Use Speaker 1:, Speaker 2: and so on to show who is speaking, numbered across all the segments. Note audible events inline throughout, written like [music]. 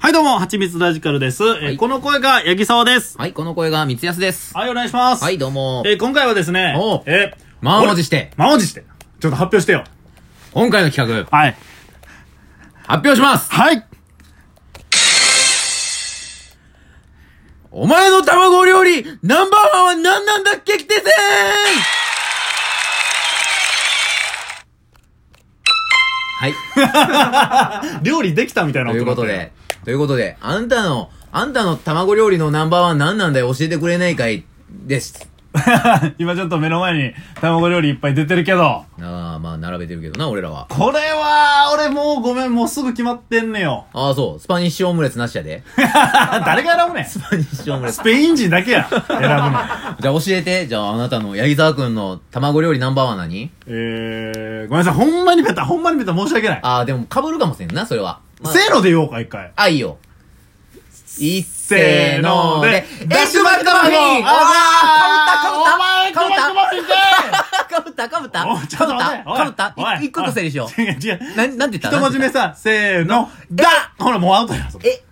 Speaker 1: はい、どうも、はちみつラジカルです。え
Speaker 2: は
Speaker 1: ー
Speaker 2: い
Speaker 1: この声が八木沢です。
Speaker 2: はい、この声が三安です。
Speaker 1: はい、お願いします。
Speaker 2: はい、どうも
Speaker 1: え。ー今回はですね
Speaker 2: おう、
Speaker 1: えー、
Speaker 2: 満を持して、
Speaker 1: 満を持して、ちょっと発表してよ。
Speaker 2: 今回の企画、
Speaker 1: はい。
Speaker 2: 発表します
Speaker 1: はい
Speaker 2: お前の卵料理、ナンバーワンは何なんだ激戦はい、
Speaker 1: 料理できたみたいな
Speaker 2: と
Speaker 1: 音
Speaker 2: いうことで、ということで、あんたの、あんたの卵料理のナンバーワン何なんだよ教えてくれないかいです。
Speaker 1: だって。 [laughs] 今ちょっと目の前に卵料理いっぱい出てるけど、
Speaker 2: ああ、まあ、並べてるけどな、俺らは。
Speaker 1: これは、俺もうごめん、もうすぐ決まってんねよ。
Speaker 2: ああ、そう、スパニッシュオムレツなしやで。
Speaker 1: [laughs] 誰が選ぶねん。ス
Speaker 2: スパニッシュオムレツ。
Speaker 1: ペイン人だけや。選ぶの。 [laughs]
Speaker 2: じゃあ教えて、じゃああなたの、八木沢くんの卵料理ナンバーワン何
Speaker 1: えー、ごめんなさい、ほんまにベタ、ほんまにベタ申し訳ない。
Speaker 2: ああ、でも被るかもしれんな、それは。まあ
Speaker 1: せーので言おうか、一回。
Speaker 2: あ、いいよ。いっ
Speaker 1: せーので
Speaker 2: エッグマックマフィン
Speaker 1: あ
Speaker 2: あーかぶった
Speaker 1: お前エッグ
Speaker 2: [laughs]
Speaker 1: マックマフィンか
Speaker 2: かぶったかぶったか
Speaker 1: お
Speaker 2: ぶ
Speaker 1: い
Speaker 2: った
Speaker 1: ちょっと待ておい
Speaker 2: かぶった
Speaker 1: おい
Speaker 2: い一個ずつ整理しよ
Speaker 1: 違う違う
Speaker 2: う。なん、なんて言った
Speaker 1: 一文字目。さ、せーの、だほら、もうアウトやそれ
Speaker 2: なんて言った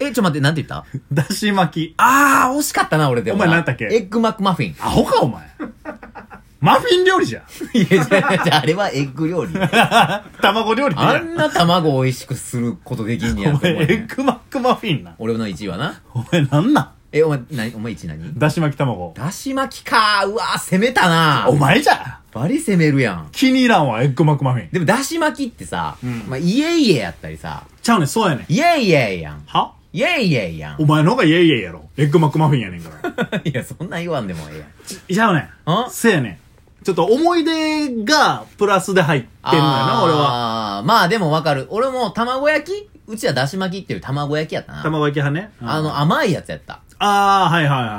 Speaker 2: え、え、ちょっと待って、なんて言った
Speaker 1: だし巻き。
Speaker 2: あー、惜しかったな、俺でもな。
Speaker 1: お前なんだっけ
Speaker 2: エッグマックマフィン。
Speaker 1: アホか、お前。マフィン料理じゃん。
Speaker 2: [laughs] いや、じゃじゃあ、あれはエッグ料理。
Speaker 1: [laughs] 卵料理じ
Speaker 2: あ
Speaker 1: ゃ
Speaker 2: ん
Speaker 1: ん。
Speaker 2: な卵を美味しくすることできんね
Speaker 1: お
Speaker 2: やと
Speaker 1: 前、
Speaker 2: 思
Speaker 1: エ
Speaker 2: うね
Speaker 1: ッグマックマフィンな。
Speaker 2: 俺の1位はな。
Speaker 1: お前、なんなん
Speaker 2: え、お前、なにお前1位何
Speaker 1: だし巻き卵。
Speaker 2: だし巻きかうわー、攻めたな
Speaker 1: お前じゃん
Speaker 2: バリ攻めるやん。
Speaker 1: 気に入らんわ、エッグマックマフィン。
Speaker 2: でも、だし巻きってさ、
Speaker 1: ん
Speaker 2: まあ、イエイエやったりさ、
Speaker 1: ちゃうねん、そうやねん。
Speaker 2: イエイエやん。
Speaker 1: は
Speaker 2: イエイエやん
Speaker 1: お。前の方がイエイイエイやろ。エッグマックマフィンやねんから。
Speaker 2: [laughs] いや、そんなん言わんでもええやん。
Speaker 1: ちゃうねん。
Speaker 2: ん
Speaker 1: せやねん。ちょっと思い出がプラスで入ってんのやな、俺は。
Speaker 2: は。まあでもわかる。俺も卵焼きうちはだし巻きっていう卵焼きやったな。
Speaker 1: 卵焼き派ね。うん
Speaker 2: あの、甘いやつやった。
Speaker 1: あー、はいはいうは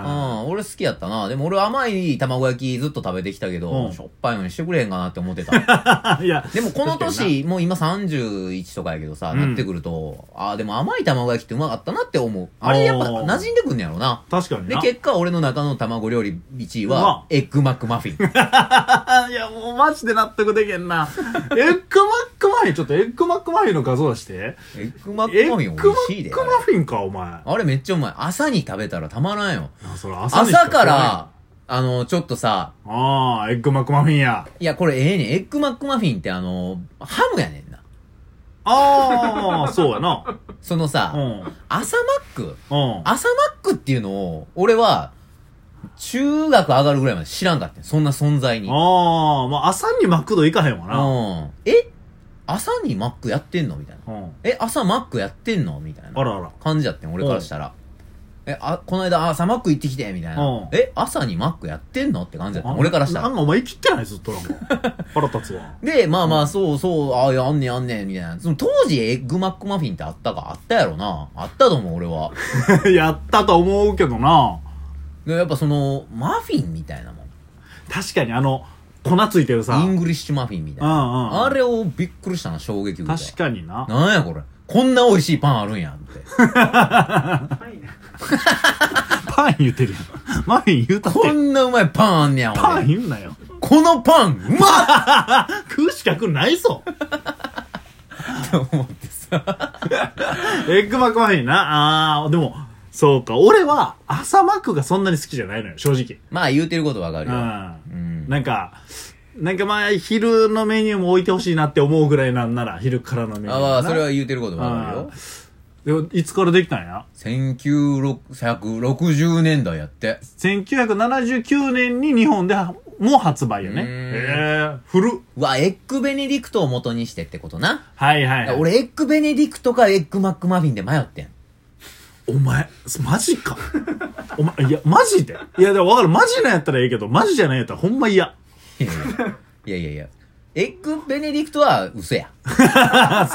Speaker 2: ん、俺好きやったな。でも俺甘い卵焼きずっと食べてきたけ
Speaker 1: う
Speaker 2: ど、
Speaker 1: ん
Speaker 2: しょっぱいのにしてくれへんかなって思ってた。
Speaker 1: [laughs] い。いや、
Speaker 2: でもこの
Speaker 1: 確かに
Speaker 2: 年、もう今31とかやけどさ、
Speaker 1: うん
Speaker 2: なってくると、ああ、でも甘い卵焼きってうまかったなって思う。あれやっぱ
Speaker 1: おー
Speaker 2: 馴染んでくんねやろな。
Speaker 1: 確かに
Speaker 2: で、
Speaker 1: な。
Speaker 2: 結果俺の中の卵料理1位
Speaker 1: うわ
Speaker 2: は、エッグマックマフィン。
Speaker 1: [laughs] あいや、もうマジで納得できんな。 [laughs] エッグマックマフィン、ちょっとエッグマックマフィンの画像出して。
Speaker 2: エッグマ
Speaker 1: エ
Speaker 2: ックマフィ
Speaker 1: ッ
Speaker 2: ン
Speaker 1: グ
Speaker 2: 美
Speaker 1: マ
Speaker 2: 味しい
Speaker 1: ッ
Speaker 2: で。
Speaker 1: クマフィンか、お前。な
Speaker 2: あれめっちゃうまい。朝に食べたらたまらんよ。
Speaker 1: それ
Speaker 2: 朝
Speaker 1: にし食
Speaker 2: か
Speaker 1: わない。
Speaker 2: ら、あの、ちょっとさ、
Speaker 1: ああ、エッグマックマフィンや。
Speaker 2: いや、これええねん。エッグマックマフィンってあの、ハムやねんな。
Speaker 1: ああ、そうやな。
Speaker 2: そのさ、
Speaker 1: うん。うん。
Speaker 2: 朝マック
Speaker 1: あ
Speaker 2: 朝マックっていうのを、俺は、中学上がるぐらいまで知らんかったよそんな存在に。うん。
Speaker 1: あ、まあ朝にマクド行かへんわな。
Speaker 2: え朝にマックやってんのみたいな。
Speaker 1: うん。
Speaker 2: え、朝マックやってんのみたいな。
Speaker 1: あらあら。
Speaker 2: 感じやってん、俺からしたら。え、あ、この間、朝マック行ってきて、みたい
Speaker 1: うん
Speaker 2: な。え、朝にマックやってんのって感じやったん。俺からした
Speaker 1: な
Speaker 2: ら
Speaker 1: ん。かお前生きてないずっとなんか。腹立つわ。 [laughs]
Speaker 2: で、まあまあ、そうそう、ああ、やんねんやんねん、みたいな。その当時、エッグマックマフィンってあったかあったやろな。あったと思う、俺は。
Speaker 1: やったと思うけどな。
Speaker 2: で、やっぱその、マフィンみたいなもん。
Speaker 1: 確かにあの、粉ついてるさ。
Speaker 2: イ
Speaker 1: うんうん。
Speaker 2: ングリッシュマフィンみたいな。あ
Speaker 1: あ
Speaker 2: れをびっくりしたな、衝撃受け
Speaker 1: 確
Speaker 2: た。
Speaker 1: かにな。
Speaker 2: なんやこれ。こんな美味しいパンあるんや、 [laughs] って。
Speaker 1: パン言うてるやん。マフィン言うたって。
Speaker 2: こんなうまいパンあんねや、俺
Speaker 1: パン言うなよ。
Speaker 2: このパン、うまっ
Speaker 1: 食う資格ないぞ。
Speaker 2: って思ってさ。
Speaker 1: エッグマックマフィンな。あー、でも、そうか。俺は、朝マックがそんなに好きじゃないのよ、正直。
Speaker 2: [laughs] まあ、言うてることわかるよ。
Speaker 1: う。
Speaker 2: うんん
Speaker 1: なんか、なんかまあ、昼のメニューも置いてほしいなって思うぐらいなんなら、昼からのメニューな。
Speaker 2: ああ、それは言うてることわかる
Speaker 1: うん
Speaker 2: よ。
Speaker 1: でもいつからできたんや
Speaker 2: 1960年代やって。
Speaker 1: 1979年に日本でも発売よね。
Speaker 2: う
Speaker 1: へ
Speaker 2: ーん
Speaker 1: え古っ。
Speaker 2: うわ、エッグベネディクトを元にしてってことな。
Speaker 1: はいはいはい。、
Speaker 2: 俺、エッグベネディクトかエッグマックマフィンで迷 [laughs] ってん。
Speaker 1: お前、マジか。お前、いや、マジでいや、でも分かる。マジなんやったらええけど、マジじゃないやったらほんま嫌。 [laughs]
Speaker 2: いやいやいやいやいや。エッグベネディクトは嘘や。
Speaker 1: そ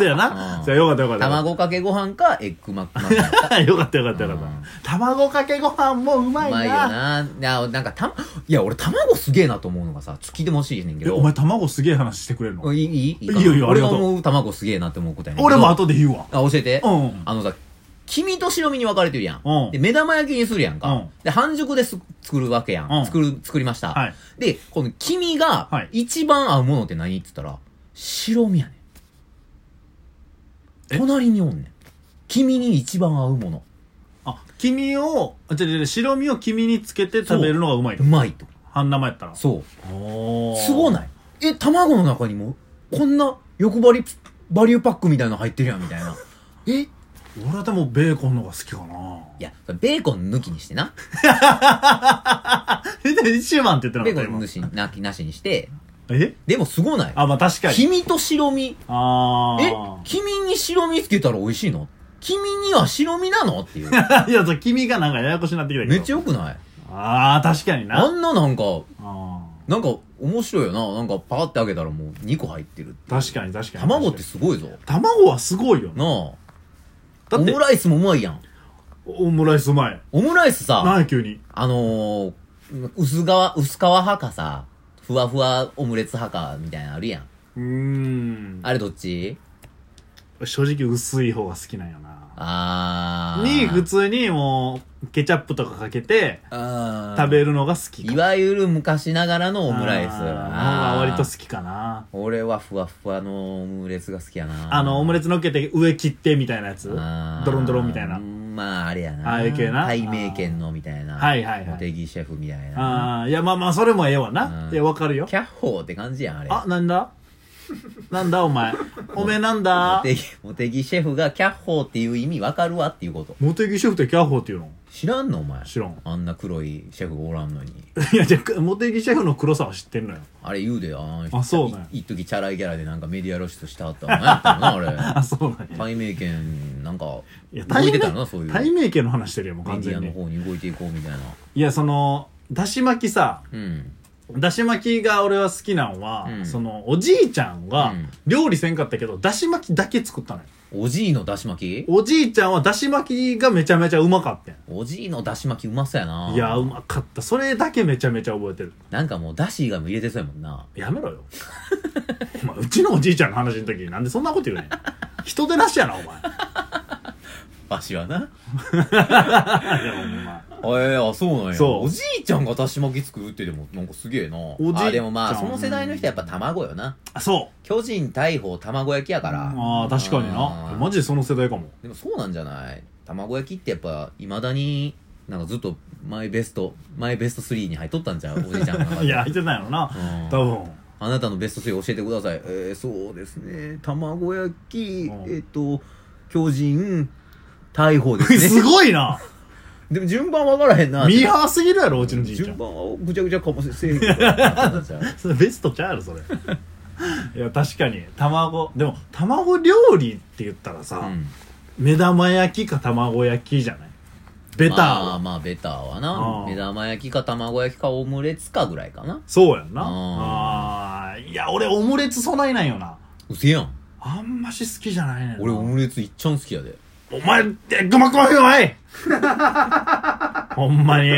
Speaker 1: うやな。
Speaker 2: うん
Speaker 1: そうや、よかったよかった。
Speaker 2: 卵かけご飯かエッグマックマフィンやっ
Speaker 1: [laughs]
Speaker 2: た。
Speaker 1: よかったよかったよかっ
Speaker 2: うん
Speaker 1: た。卵かけご飯もうま
Speaker 2: う
Speaker 1: い
Speaker 2: まいよ
Speaker 1: な。
Speaker 2: な。ななんかた、いや、俺卵すげえなと思うのがさ、ちょっと聞いてもしいねんけ
Speaker 1: え、
Speaker 2: ど。
Speaker 1: お前卵すげえ話してくれんの
Speaker 2: いいいいいか
Speaker 1: いいよいいよありがとう
Speaker 2: 俺が思う卵すげえなって思うことやねんけど。
Speaker 1: 俺も後で言うわ。
Speaker 2: あ、教えて。
Speaker 1: うん
Speaker 2: あのさ、黄身と白身に分かれてるやん。
Speaker 1: うん
Speaker 2: で、目玉焼きにするやんか。
Speaker 1: うん
Speaker 2: で、半熟です作るわけやん。
Speaker 1: うん
Speaker 2: 作る、作りました。
Speaker 1: はい
Speaker 2: で、この黄身
Speaker 1: は
Speaker 2: が
Speaker 1: い、
Speaker 2: 一番合うものって何って言ったら、白身やねん。隣におんねん。君に一番合うもの。
Speaker 1: あ、黄身を、あ、違う違う、白身を黄身につけて食べるのがうまいと
Speaker 2: う。まいと。
Speaker 1: 半生やったら。
Speaker 2: そ
Speaker 1: お
Speaker 2: う。
Speaker 1: ー
Speaker 2: すごないえ、卵の中にも、こんな欲張り、バリューパックみたいなの入ってるやん、みた
Speaker 1: [laughs]
Speaker 2: いな。えい
Speaker 1: 俺はでもベーコンの方が好きかな。
Speaker 2: や、ベーコン抜きにしてな。
Speaker 1: え、 [laughs] で、一番って言って
Speaker 2: ベ
Speaker 1: なかっ
Speaker 2: ーコン
Speaker 1: た
Speaker 2: 抜きなきなしにして。
Speaker 1: 今。え
Speaker 2: でもすごない
Speaker 1: あ、まあ確かに。
Speaker 2: 黄身と白身。
Speaker 1: あ
Speaker 2: え
Speaker 1: ー。
Speaker 2: 黄身に白身つけたら美味しいの黄身には白身なのっ
Speaker 1: [laughs]
Speaker 2: ていう。
Speaker 1: いや、そう、黄身がなんかややこしになってきたけど。
Speaker 2: めっちゃ良くない
Speaker 1: あー、確かにな。
Speaker 2: あんななんか、
Speaker 1: あ
Speaker 2: なんか面白いよな。なんかパーって開けたらもう2個入ってる。
Speaker 1: ー確かに確かに。
Speaker 2: 卵ってすごいぞ。
Speaker 1: 卵はすごいよな。
Speaker 2: なあ。
Speaker 1: だ
Speaker 2: オ
Speaker 1: って
Speaker 2: ム、ライスもうまいやん。
Speaker 1: オムライスうまい。
Speaker 2: オムライスさ、
Speaker 1: 何や急に。
Speaker 2: あのー、薄皮、薄皮派かさ、ふわふわオムレツ派かみたいなのあるやん。
Speaker 1: うーん。
Speaker 2: あれどっち
Speaker 1: 正直薄い方が好きなんよな。
Speaker 2: あー。
Speaker 1: に、普通にもう、ケチャップとかかけて、食
Speaker 2: 食
Speaker 1: べるのが好きか
Speaker 2: いわゆる昔ながらのオムライス。
Speaker 1: あーの方
Speaker 2: あ
Speaker 1: が
Speaker 2: ー
Speaker 1: 割と好きかな。
Speaker 2: 俺はふわふわのオムレツが好きやな。
Speaker 1: あの、オムレツ乗っけて上切ってみたいなやつ。ド
Speaker 2: あー
Speaker 1: ロンドロンみたいな
Speaker 2: う。んまあ、あれやな。
Speaker 1: ああいう系な
Speaker 2: 対名犬のみたいな。
Speaker 1: はいはいはい
Speaker 2: 茂木シェフみたいな。
Speaker 1: ああ、いや、まあまあ、それもええわな
Speaker 2: う。ん
Speaker 1: いや、わかるよ
Speaker 2: キ。ャッホーって感じやん、あれ。
Speaker 1: あ、なんだなんだお前。おめえなんだ
Speaker 2: 茂木、茂木シェフがキャッホーっていう意味わかるわっていうこと。
Speaker 1: モテギシェフってキャッホーっていうの
Speaker 2: 知らんのお前。
Speaker 1: 知らん。
Speaker 2: あんな黒いシェフがおらん
Speaker 1: [laughs]
Speaker 2: のに。
Speaker 1: いや、じゃあ、モテギシェフの黒さは知ってんのよ。
Speaker 2: あれ言うで、あの人
Speaker 1: あそうなんや
Speaker 2: い一時チャラいギャラでなんかメディア露出したったな。何やったのな、あれ。
Speaker 1: あ、そう [laughs] なんや。
Speaker 2: 対名犬、なんか、
Speaker 1: いや、
Speaker 2: 動いてたのな、そういう。
Speaker 1: 対名系の話してるよ、もう
Speaker 2: メ
Speaker 1: 完
Speaker 2: ディ
Speaker 1: 全
Speaker 2: アの
Speaker 1: に。
Speaker 2: 方に動いていこうみたいな。
Speaker 1: いや、その、だし巻きさ、
Speaker 2: うん。
Speaker 1: だし巻きが俺は好きなのは、
Speaker 2: うん
Speaker 1: その、おじいちゃん
Speaker 2: う
Speaker 1: が
Speaker 2: ん
Speaker 1: 料理せんかったけど、だし巻きだけ作ったのよ。
Speaker 2: おじいのだし巻き
Speaker 1: おじいちゃんはだし巻きがめちゃめちゃうまかったん
Speaker 2: おじいのだし巻きうまそうやな。
Speaker 1: いや、うまかった。それだけめちゃめちゃ覚えてる。
Speaker 2: なんかもうだしがもう入れてそうやもんな。
Speaker 1: やめろよ。 [laughs] お前、うちのおじいちゃんの話の時になんでそんなこと言うねん。人でなしやな、お前。
Speaker 2: わしはな。
Speaker 1: いやお前
Speaker 2: えー、あ、そうなんや。
Speaker 1: そう
Speaker 2: おじいちゃんがだし巻き作るってでも、なんかすげえな。
Speaker 1: じいちゃん
Speaker 2: あ、でもまあ、その世代の人はやっぱ卵よな。
Speaker 1: あそう。
Speaker 2: 巨人大砲卵焼きやから。
Speaker 1: ああ、確かにな。
Speaker 2: うん
Speaker 1: マジでその世代かも。
Speaker 2: でもそうなんじゃない卵焼きってやっぱ、未だに、なんかずっと、マイベスト、マイベスト3に入っとったんじゃうおじいちゃんの中
Speaker 1: [laughs]
Speaker 2: で。
Speaker 1: いや、開いてないのな。
Speaker 2: うん
Speaker 1: 多 [laughs] 分。
Speaker 2: あなたのベスト3教えてください。えー、そうですね。卵焼き、
Speaker 1: うん
Speaker 2: えっ、と、巨人、大砲で
Speaker 1: [laughs]
Speaker 2: す
Speaker 1: す
Speaker 2: ね。
Speaker 1: ごいな。
Speaker 2: でも順番わからへんな。
Speaker 1: ミーハーすぎるやろ、うちのじいちゃ
Speaker 2: 順
Speaker 1: ん。
Speaker 2: 番はぐちゃぐちゃかもしれんけど。なんか
Speaker 1: それ [laughs] ベストちゃうやろ、それ。 [laughs] いや、確かに。卵。でも、卵料理って言ったらさ、
Speaker 2: うん
Speaker 1: 目玉焼きか卵焼きじゃない [laughs] ベターは
Speaker 2: まあまあ、ベターは
Speaker 1: う
Speaker 2: な。
Speaker 1: ん
Speaker 2: 目玉焼きか卵焼きかオムレツかぐらいかな。
Speaker 1: そうやんな。
Speaker 2: あ
Speaker 1: ああー。いや、俺オムレツ備えないよな。
Speaker 2: うせやん。
Speaker 1: あんまし好きじゃないねんな
Speaker 2: 俺オムレツいっちゃん好きやで。
Speaker 1: お前って、グマグマフィンお
Speaker 2: [laughs]
Speaker 1: いほんまに、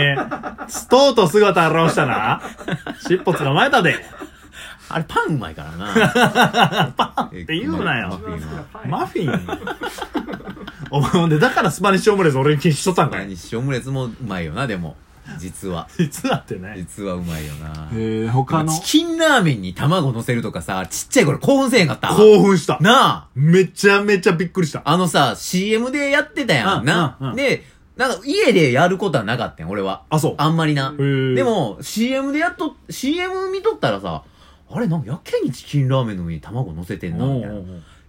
Speaker 1: ストーと姿現したな。尻尾捕まえたで。
Speaker 2: あれパンうまいからな。 [laughs] パンって
Speaker 1: 言うなよ
Speaker 3: はい
Speaker 1: マフィン。お前ほんで、だからスパニッシュオムレツ俺に禁止しとったんか
Speaker 2: 毎
Speaker 1: い。
Speaker 2: 日オムレツもうまいよな、でも。実は。
Speaker 1: 実はってね。
Speaker 2: 実はうまいよな。
Speaker 1: えー、他
Speaker 2: チキンラーメンに卵乗せるとかさ、ちっちゃい頃興奮せえへんかった。
Speaker 1: 興奮した。
Speaker 2: なあ。
Speaker 1: めちゃめちゃびっくりした。
Speaker 2: あのさ、CM でやってたや。
Speaker 1: うんん
Speaker 2: な
Speaker 1: うんう。ん
Speaker 2: で、なんか家でやることはなかったん、俺は。
Speaker 1: あ、そう。
Speaker 2: あんまりな。
Speaker 1: ー
Speaker 2: でも、CM でやっと、CM 見とったらさ、あれ、なんかやけにチキンラーメンの上に卵乗せてんな、みたいな。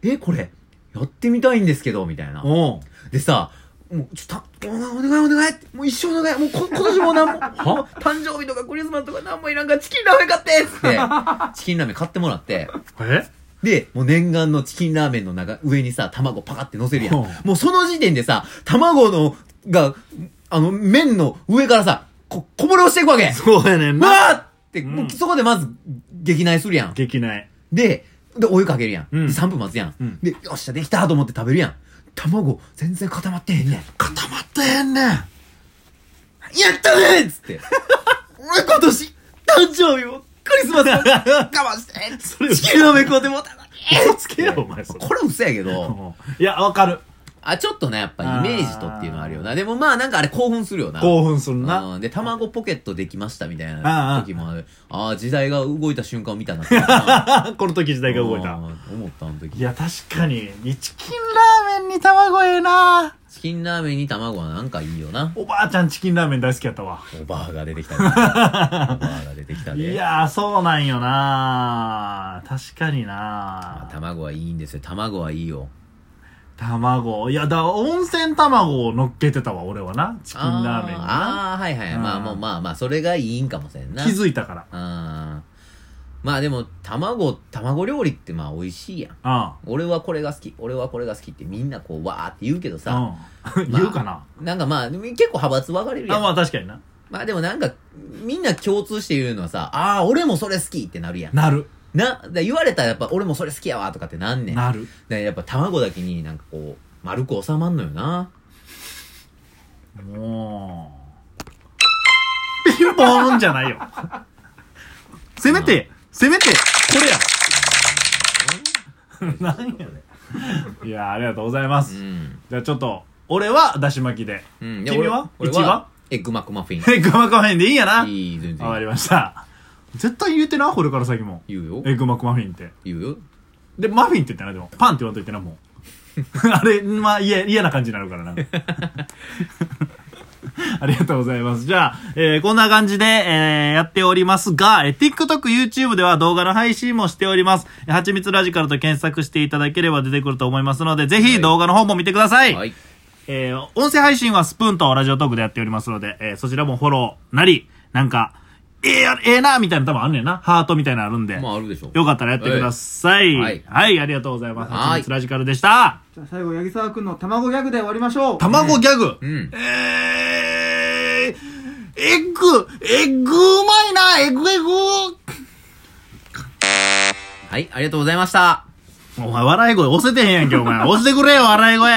Speaker 2: え、これ、やってみたいんですけど、みたいな。
Speaker 1: おうん。
Speaker 2: でさ、もう、ちょっと、お願いお願いお願いもう一生お願いもうこ今年もなん
Speaker 1: [laughs]
Speaker 2: も、は誕生日とかクリスマスとかなんもいらんからチキンラーメン買ってっ
Speaker 1: [laughs]
Speaker 2: つって、チキンラーメン買ってもらって、
Speaker 1: え
Speaker 2: で、もう念願のチキンラーメンの中、上にさ、卵パカって乗せるやん。
Speaker 1: うん
Speaker 2: もうその時点でさ、卵の、が、あの、麺の上からさ、こ、こぼれ落ちていくわけ
Speaker 1: そうやねん
Speaker 2: うわ
Speaker 1: な。
Speaker 2: ーって、もうそこでまず、撃内するやん。
Speaker 1: 激ない。
Speaker 2: で、で、お湯かけるやん。
Speaker 1: うん
Speaker 2: 3分待つやん,、
Speaker 1: うん
Speaker 2: で、よっしゃ、できたと思って食べるやん。卵、全然固まってへんね
Speaker 1: [laughs]
Speaker 2: ん。や
Speaker 1: 固まってへんねん。
Speaker 2: [laughs] ったねーっつって。 [laughs] 俺今年、誕生日も、クリス
Speaker 1: [laughs]
Speaker 2: マスも、我慢して、
Speaker 1: れ
Speaker 2: チキンラーメン食うてもうたのに
Speaker 1: 嘘つけよお前それ
Speaker 2: これ嘘やけど、
Speaker 1: いや、わかる。
Speaker 2: あ、ちょっとね、やっぱイメージとっていうのあるよな。でもまあなんかあれ興奮するよな。
Speaker 1: 興奮するな。
Speaker 2: うんで、卵ポケットできましたみたい
Speaker 1: あああ
Speaker 2: な
Speaker 1: あ
Speaker 2: 時もある。ああ、時代が動いた瞬間を見たなって
Speaker 1: [laughs]
Speaker 2: 思った。
Speaker 1: この時時代が動いた
Speaker 2: う。ん思ったあの時。
Speaker 1: いや、確かに、チキンラーメンに卵入ええな
Speaker 2: チキンラーメンに卵はなんかいいよな。
Speaker 1: おばあちゃんチキンラーメン大好きやったわ。
Speaker 2: おばあが出てきた
Speaker 1: [laughs]
Speaker 2: ね。おばあが出てきた
Speaker 1: い
Speaker 2: で。
Speaker 1: やー、そうなんよな確かにな
Speaker 2: まあ卵はいいんですよ。卵はいいよ。
Speaker 1: 卵。いや、だ、温泉卵を乗っけてたわ、俺はな。チキンラーメンにな。
Speaker 2: あーあー、はいはい。
Speaker 1: うん
Speaker 2: まあまあまあまあ、それがいいんかもしれんな。
Speaker 1: 気づいたから。
Speaker 2: あーまあでも、卵、卵料理ってまあ美味しいやん。
Speaker 1: あ
Speaker 2: 俺はこれが好き、俺はこれが好きってみんなこうわーって言うけど
Speaker 1: あ。
Speaker 2: さ、
Speaker 1: うん。 [laughs] 言うかな。
Speaker 2: なんかまあ、でも結構派閥分かれるや
Speaker 1: あ、
Speaker 2: ん。
Speaker 1: まあ確かにな。
Speaker 2: まあでもなんか、みんな共通して言うのはさ、ああ、俺もそれ好きってなるやん。
Speaker 1: なる。
Speaker 2: な、だ言われたらやっぱ俺もそれ好きやわとかってなんねん。だか
Speaker 1: なる。
Speaker 2: らやっぱ卵だけになんかこう、丸く収まんのよな。
Speaker 1: もう。ピンポーンじゃないよ。せめて、せめて、これや。何やねん。いやー、ありがとうございま
Speaker 2: う
Speaker 1: す。
Speaker 2: ん。
Speaker 1: じゃあちょっと、俺はだし巻きで。
Speaker 2: うん。
Speaker 1: 君は
Speaker 2: 俺
Speaker 1: 一番
Speaker 2: エッグマックマフィン。
Speaker 1: [laughs] え、グマコマフィンでいいんやな。
Speaker 2: いい、全
Speaker 1: わか
Speaker 2: 然いい。
Speaker 1: りました。絶対言うてな、これから先も。
Speaker 2: 言うよ。
Speaker 1: エッグマックマフィンって。
Speaker 2: 言うよ。
Speaker 1: で、マフィンって言ってな、でも。パンって言わんといてな、もう。 [laughs] あれ、まあ、嫌、嫌な感じになるからな。 [laughs] ありがとうございます。じゃあ、えーこんな感じで、えーやっておりますが、えー TikTok、YouTube では動画の配信もしております。えーはちみつラジカルと検索していただければ出てくると思いますので、ぜ
Speaker 2: は
Speaker 1: ひ
Speaker 2: い
Speaker 1: 動画の方も見てください。
Speaker 2: はい。
Speaker 1: えー音声配信はスプーンとラジオトークでやっておりますので、えーそちらもフォローなり、なんか、ええやええなみたいなの多分あんねんな。ハートみたいなのあるんで。
Speaker 2: まああるでしょ。
Speaker 1: よかったらやってください。は
Speaker 2: はいい。
Speaker 1: ありがとうございます。
Speaker 2: はい
Speaker 1: はちみつラジカルでした。
Speaker 3: じゃあ最後、八木沢くんの卵ギャグで終わりましょう。
Speaker 1: 卵ギャグ。
Speaker 2: うん。
Speaker 1: えー、エッグ、エッグうまいな、エッグエッグ。
Speaker 2: はい、ありがとうございました。
Speaker 1: お前笑い声押せてへんやんけ、お前。押してくれよ、笑い声。